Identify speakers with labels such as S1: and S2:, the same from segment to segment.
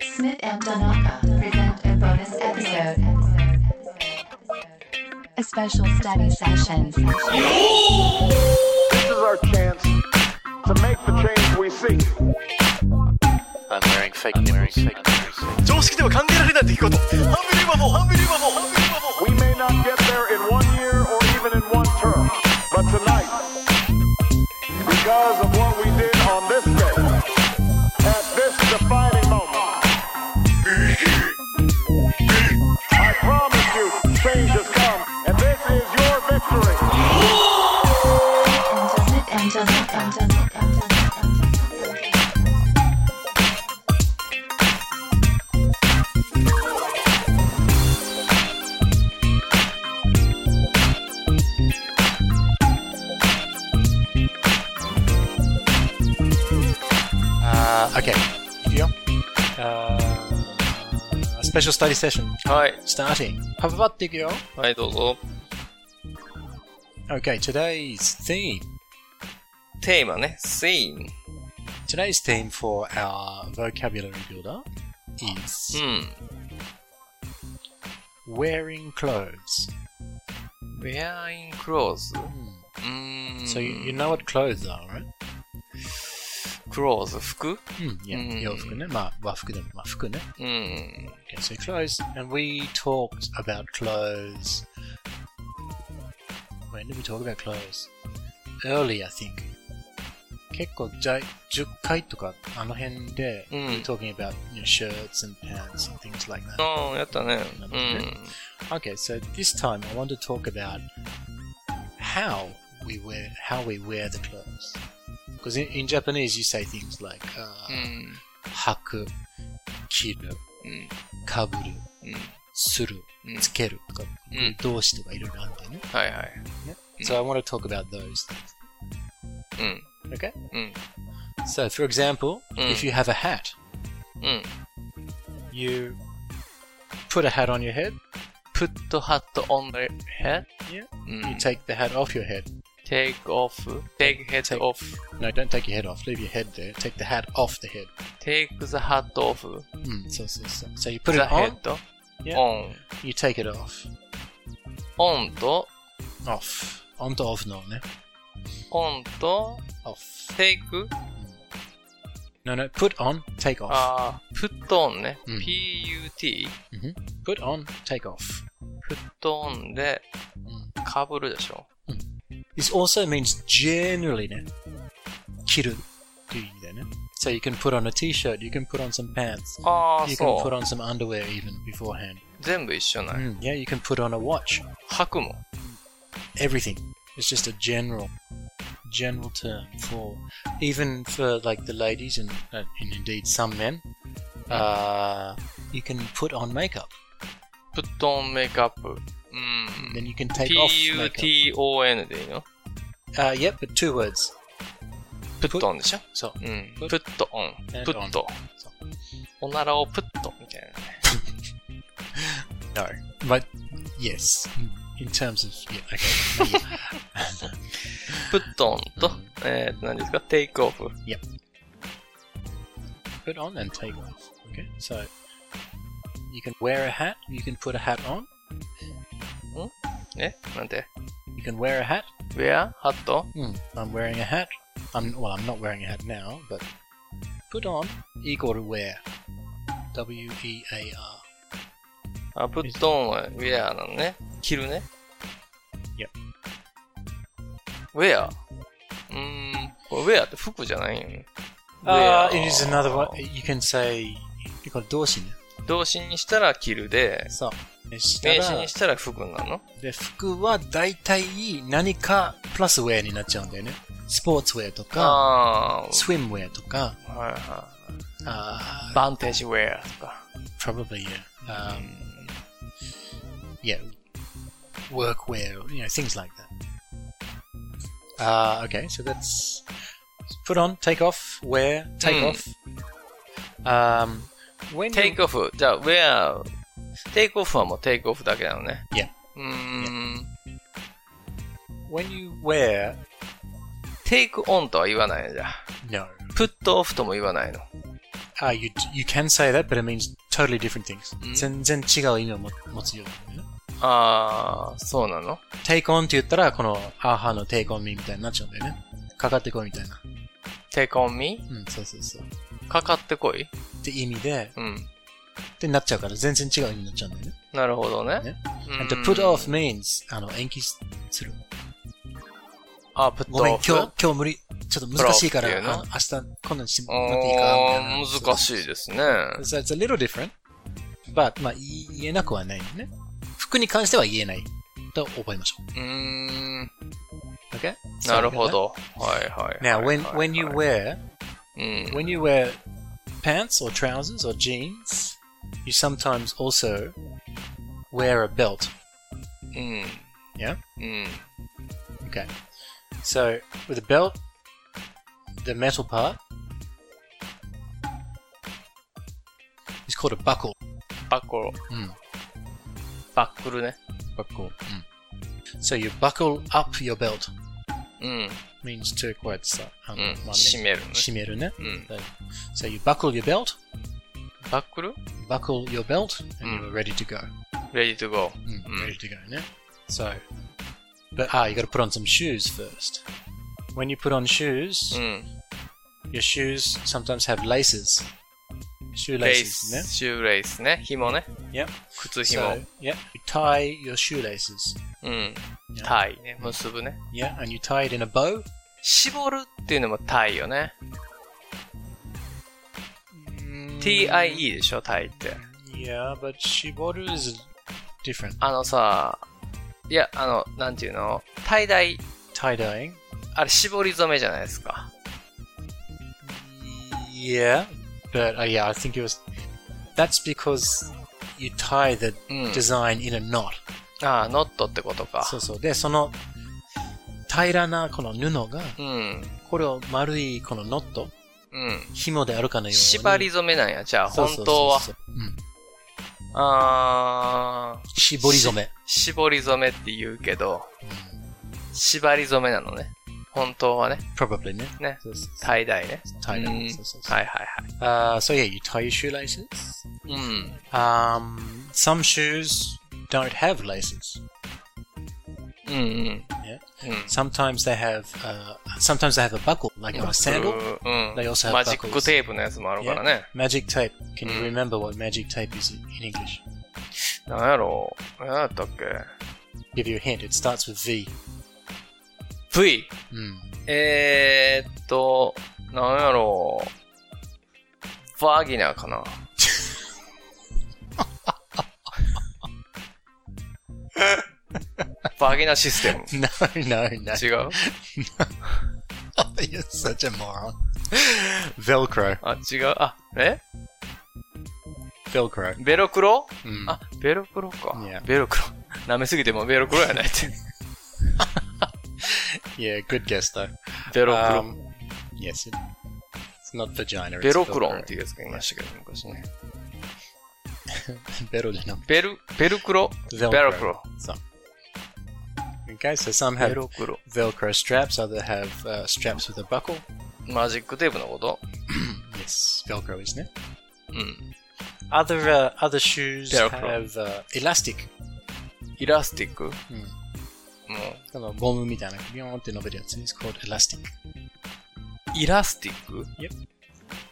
S1: Smith and Donaka present a bonus episode. A special study session.
S2: This is our chance to make the change we seek.
S3: I'm wearing fake nipples. Fake
S4: 常識では考えられない出来事ハンビリーバボーハンビリーバボーハンビリーバボー
S2: We may not get there in one year or even in one term, but tonight, because of what we did on this day, at this defining moment, I promise you, change has come, and this is your victory.
S1: Smith and Donaka.
S4: Uh, okay. Here you go. Uh, special study session
S3: はい。
S4: starting. パパパっていくよ。
S3: はい、どうぞ。
S4: Okay, today's theme.
S3: テーマね。Theme。
S4: Today's theme for our vocabulary builder is
S3: う
S4: wearing clothes.
S3: ん。Wearing clothes。うーん。
S4: Hmm. So you, you know what clothes are, right? Hmm,
S3: clothes。服
S4: Yeah,
S3: うん。
S4: 洋服ね。まあ、和服でも、まあ、服ね。
S3: うん。
S4: Okay, so clothes. And we talked about clothes. When did we talk about clothes? Early, I think. 結構、じゃ10回とか、あの辺で、
S3: うん
S4: we're talking about you know, shirts and pants and things like that.
S3: ああ、やったね。
S4: なるほ
S3: う
S4: どね
S3: ん。
S4: Okay, so this time I want to talk about how we wear, how we wear the clothes. Because in, in Japanese, you say things like,
S3: う
S4: uh,
S3: ん。
S4: 履く、着る、
S3: うん。
S4: かぶる、
S3: うん。
S4: する
S3: うん、
S4: つけるとか、
S3: うん
S4: 動詞とかいろいろあるんだよね。
S3: はいはい。
S4: So I want to talk about those.
S3: うん。
S4: Okay?
S3: うん。
S4: So, for example,
S3: Mm.
S4: if you have a hat,
S3: うん。
S4: you put a hat on your head,
S3: put hat on the head?
S4: Yeah.
S3: うん。
S4: you take the hat off your head.
S3: take off. take head
S4: Take-
S3: off.
S4: No, don't take your head off, leave your head there. Take the hat off the head.
S3: take the hat off.
S4: Mm, so, so, so. so you put
S3: the
S4: it on,
S3: head
S4: Yeah.
S3: on.
S4: you take it off.
S3: on と、
S4: Off. On to off, no, no.
S3: on と、
S4: Off.
S3: take?
S4: No, no, put on, take off.
S3: ああ、put on ね。
S4: うん
S3: put,
S4: hmm Put on, take off.
S3: put on で、
S4: ん
S3: かぶるでしょ。
S4: This also means generally ね。着るっていう意味だよね。So eh? you can put on a t-shirt, you can put on some pants,
S3: ああ、
S4: you can
S3: そ
S4: put
S3: う。
S4: on some underwear even beforehand.
S3: 全部一緒ない。
S4: Mm, yeah, you can put on a watch.
S3: 吐くもん。
S4: Everything. It's just a general, general term for even for like the ladies and, uh, and indeed some men. Uh, you can put on makeup,
S3: put on makeup. う
S4: then
S3: ん。
S4: you can take off makeup.
S3: puton でいいの
S4: Uh, yep, but two words.
S3: ?put on でしょ
S4: So
S3: うん。
S4: Put-
S3: put on.
S4: And
S3: put.
S4: on. そう
S3: おならを put みたい
S4: No, but yes, in terms of yeah, okay,
S3: なね。put on と、えーと、何ですか take off.
S4: put on and take off. Okay, so you can wear a hat. You can put a hat on.
S3: えなんて
S4: You can wear a hat.
S3: ?wear? hat?
S4: Hmm, I'm wearing a hat. I'm well. I'm not wearing a hat now, but put on equal to wear. W e a r.
S3: あ、put on は wear なのね。着るね。
S4: Yep.
S3: wear? うーん。これ wear って服じゃないよね。wear
S4: Ah, it is another one. You can say you got 動詞ね。
S3: 動詞にしたら着るで、
S4: そう。した
S3: 名詞
S4: ら
S3: にしたら服になるの
S4: で、服は大体何かプラスウェアになっちゃうんだよね。スポーツウェアとか、
S3: あ
S4: スイムウェアとか、
S3: あ。はいはい。
S4: あ
S3: バンテージウェアとか。
S4: ー probably, yeah. Um, yeah. Workwear, you know, things like that. Uh, okay, so that's put on, take off, wear, take
S3: Mm.
S4: off. Um, when you-
S3: take off. じゃあ、wear。take off はもう take off だけなのね。
S4: Yeah.
S3: うーん。
S4: when you wear,
S3: take on とは言わないのじゃあ。
S4: no,
S3: put off とも言わないの。
S4: Ah, you you can say that, but it means totally different things.
S3: Mm.
S4: 全然違う意味を持持つようにね。
S3: あー、そうなの
S4: take on って言ったら、この aha の take on me みたいになっちゃうんだよね。かかってこいみたいな。
S3: take on me?
S4: うん、そうそうそう。っ
S3: かかってこい
S4: て意味で、
S3: うん。
S4: ってなっちゃうから、全然違う意味になっちゃうんだよね。
S3: なるほどね。
S4: ね
S3: うん
S4: and to put off means, あの、延期する。
S3: あ、put
S4: ごめん、今
S3: off
S4: 日、今日無理。ちょっと難しいから、
S3: プラ
S4: あ
S3: っていうの
S4: の明日、今度にして
S3: あ
S4: もらっていいか
S3: ー難しい
S4: で
S3: ですね。
S4: す。So it's a little different, but, まあ、言えなくはないよね。服に関しては言えない。と覚えましょ
S3: うーん。
S4: う。Okay?
S3: なるほ。ど。はいはいはい
S4: Now,
S3: はい
S4: when, when you wear,
S3: うん。
S4: when you wear pants or trousers or jeans, you sometimes also wear a belt.
S3: うん。
S4: Yeah?
S3: うん。
S4: Okay. So with a belt, the metal part is called a buckle.
S3: バッコロ。
S4: Mm.
S3: バックルね。
S4: Buckle. So you buckle up your belt
S3: うん。
S4: means to um, こうやってさ、あの
S3: うん
S4: まあ
S3: 締めるね
S4: 締めるね。
S3: うん。
S4: So you buckle your belt,
S3: バックル
S4: buckle your belt, and
S3: うん
S4: you're ready to go.
S3: ?ready to go.
S4: うん
S3: うん
S4: ready to go ね。So, but ah, you got to put on some shoes first. When you put on shoes,
S3: うん。
S4: Your shoes sometimes have laces.
S3: レー
S4: Shoelaces,
S3: ス、シューレースね。紐ね。
S4: ね。Yep.
S3: 靴
S4: So,
S3: 紐。
S4: yeah, you tie your shoelaces.
S3: うん。
S4: Yeah.
S3: タイね。結ぶね。
S4: Yeah, and you tie it in a bow.
S3: 絞るっていうのもタイよね。tie でしょ、タイって。
S4: Mm, Yeah, but shiboru is different.
S3: あのさ、いや、あの、なんていうのタイダイ、
S4: Tie dyeing.
S3: あれ絞り染めじゃないですか。
S4: Yeah, but uh, yeah, I think it was. That's because you tie the
S3: うん。
S4: design in a knot.
S3: ああ、ノットってことか。
S4: そうそう。で、その平らなこの布が、
S3: うん。
S4: これを丸いこのノット、
S3: うん。
S4: 紐であるかのように。
S3: 縛り染めなんや。じゃあ、
S4: そう
S3: 本
S4: そうそうそう
S3: 当は。
S4: うん
S3: あー、
S4: 絞り染め。
S3: 絞り染めって言うけど、縛り染めなのね。本当はね。
S4: probably ね。
S3: ね。
S4: そうそうそう
S3: タイダイね。
S4: tie
S3: う
S4: dye.
S3: ん
S4: そうそうそう。
S3: はいはいは
S4: Uh, so yeah, you tie your shoelaces.
S3: い。うん。
S4: Um, some shoes don't have laces.
S3: うんうん。
S4: Yeah.
S3: うん。
S4: Sometimes they have. Uh, sometimes they have a buckle, like on a sandal.
S3: うん。
S4: They also have
S3: マジッ
S4: buckles.
S3: クテープのやつもあるからね。
S4: Magic tape. Can you
S3: Mm.
S4: remember what magic tape is in English?
S3: なんやろ何やったっけ
S4: Give you a hint. It starts with V.
S3: ?V!
S4: Mm.
S3: えーっと、なんやろう。バーギナー かな。バーギナーシステム。
S4: No, no, no.
S3: 違う
S4: You're such a moron. Velcro.
S3: あ、違う。あ、え
S4: Velcro.
S3: ベロクロ
S4: Mm.
S3: あ、ベロクロか
S4: いや。
S3: ベロクロ。舐めすぎてもうベロクロやないって。
S4: Yeah, good guess though.
S3: ベロクロン。
S4: Um, yes, it, it's not vagina.
S3: ベロクロン っていうやつがいましたけど、昔ね。
S4: Verolinum.
S3: ベル、ベルクロ。ベ
S4: Velcro.
S3: ロクロ。
S4: So. Okay, so some
S3: ベ
S4: have
S3: ロクロ。
S4: Velcro straps, other have uh, straps with a buckle.
S3: マジックテープのこと
S4: yes, Velcro, isn't it?
S3: うん。
S4: Other uh, other shoes
S3: Velcro.
S4: have uh, elastic.
S3: イラスティックも
S4: Mm.
S3: う、
S4: It's called elastic.
S3: イラスティック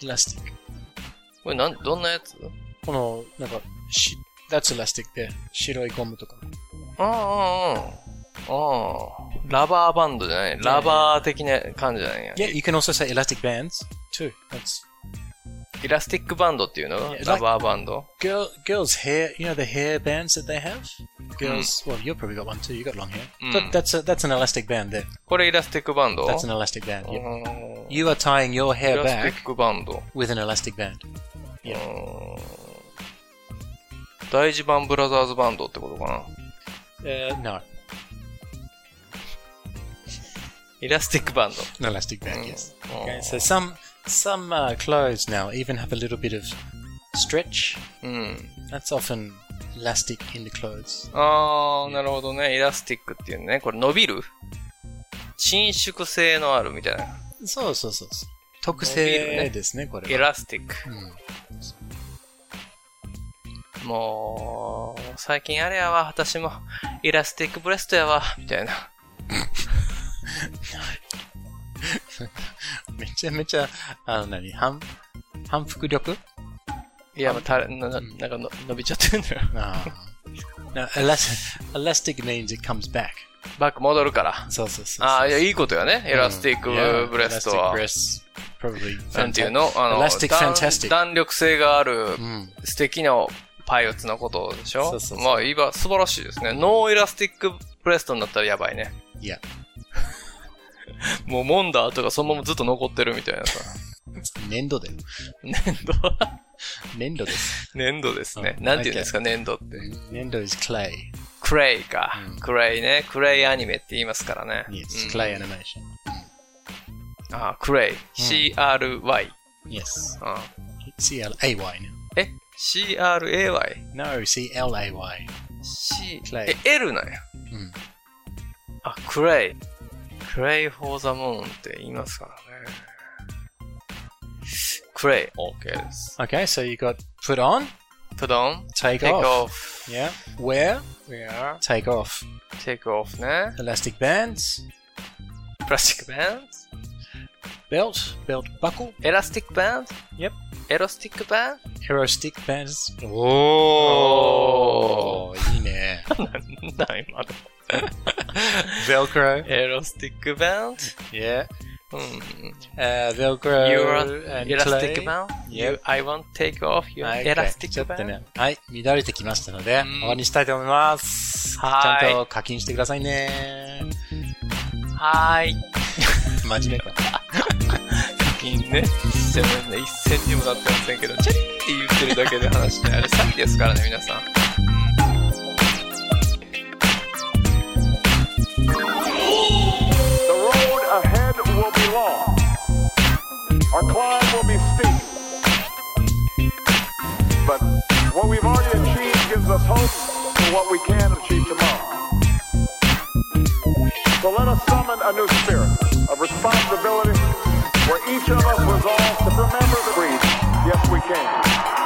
S4: Elastic.
S3: これなん、どんなやつ
S4: この、なんか、し- that's elastic there. 白いゴムとか。
S3: ああ、ああ、ああ。ラバーバンドじゃない。ラバー的な感じじゃないや。
S4: Yeah, you can also say elastic bands too. That's
S3: イラスティックバンドっていうの
S4: Yeah,
S3: ラバーバンド
S4: Girl, girls' hair, you know the hair bands that they have. Girls, well, you've probably got one too. You got long hair, but
S3: Mm. Oh.
S4: that's a, that's an elastic band there.
S3: これイラスティックバンド
S4: That's an elastic band.
S3: う
S4: yeah.
S3: んイ
S4: You are tying your
S3: ラ
S4: hair
S3: スティッ
S4: back
S3: クバンド。
S4: with an elastic band. Yeah.
S3: うん大事版ブラザーズバンドってことかな
S4: Uh, no,
S3: イラスティックバンド。
S4: an elastic band.
S3: うん
S4: Yes.
S3: うん
S4: Okay, so some some uh, clothes now even have a little bit of stretch.
S3: うん。
S4: That's often elastic in the clothes.
S3: あー、なるほどね。イラスティックっていうね。これ伸びる伸縮性のあるみたいな。
S4: So so so. so. 特
S3: 伸びる
S4: 性
S3: ね
S4: ですね、これ
S3: エ
S4: は。
S3: ラスティック。
S4: うん
S3: もう、最近あれやわ、私も、エラスティックブレストやわ、みたいな。
S4: めちゃめちゃ、あの何、反、反復力
S3: いや、もうたなな
S4: うん
S3: なんかの伸びちゃってんだよ。
S4: ああ。な elastic, elastic means it comes back.
S3: バック戻るから。
S4: そうそうそうそう。
S3: ああ、いや、いいことやね。エラスティッ
S4: うん
S3: クブレストは。
S4: Yeah, Hmm. elastic breasts, probably.
S3: なんていうのあの、
S4: elastic
S3: 弾
S4: fantastic.
S3: 弾力性がある
S4: う、ん。
S3: 素敵なパイオツのことでしょ
S4: そうそうそう
S3: まあ、今、素晴らしいですね。ノーエラスティックブレストになったらやばいね。
S4: いや。
S3: もう、モンダーとかそのままずっと残ってるみたいなさ。
S4: 粘土だよ。
S3: 粘土は、
S4: 粘土です。
S3: 粘土ですね。
S4: うん
S3: なんて言うんですか、粘土って。
S4: 粘土 is clay.
S3: クレイか
S4: うん。
S3: クレイね。クレイアニメって言いますからね。
S4: Yes,
S3: うん
S4: clay animation.
S3: あ、クレイ。CRY。
S4: Yes.
S3: うん
S4: C-L-A-Y
S3: え ?CRAY。
S4: No, C-L-A-Y.
S3: C、
S4: Clay
S3: え、L なんや。
S4: うん。
S3: あ、クレイ。クレイ・フォー・ザ・ムーンって言いますからね。クレイ、OK です。
S4: Okay, so you got put on,
S3: プドン、
S4: take,
S3: take
S4: off.
S3: off。
S4: Yeah. Wear,
S3: Yeah.
S4: take off.
S3: Take off ね。
S4: Elastic bands,
S3: プラスチックバンド
S4: belt, belt buckle,
S3: エラスティックバンド
S4: Yep.
S3: エロスティックバン
S4: arrow stick bands. Oh.
S3: お
S4: いいね。
S3: ド なんだ今の。
S4: Velcro.
S3: エロスティックバン
S4: Yeah.
S3: ドうん。
S4: Uh, Velcro
S3: You are
S4: and
S3: エラスティック
S4: clay.
S3: バンド
S4: Yep.
S3: You- I want take off your
S4: はい
S3: エラスティ
S4: ちょ
S3: ッ
S4: っ
S3: クバ
S4: と
S3: ンド
S4: ね、はい、乱れてきましたので、
S3: うん
S4: 終わりにしたいと思います。
S3: はーい
S4: ちゃんと課金してくださいね。
S3: はーい。
S4: 真面目か。
S3: 金ね。じゃあね、一銭にもなってませんけど、チャリーって言ってるだけで話して、あれ詐欺ですからね、皆さん。
S2: The road ahead will be long. Our climb will be steep. But what we've already achieved gives us hope for what we can achieve tomorrow. So let us summon a new spirit of responsibility where each of us resolves to remember the creed, yes we can.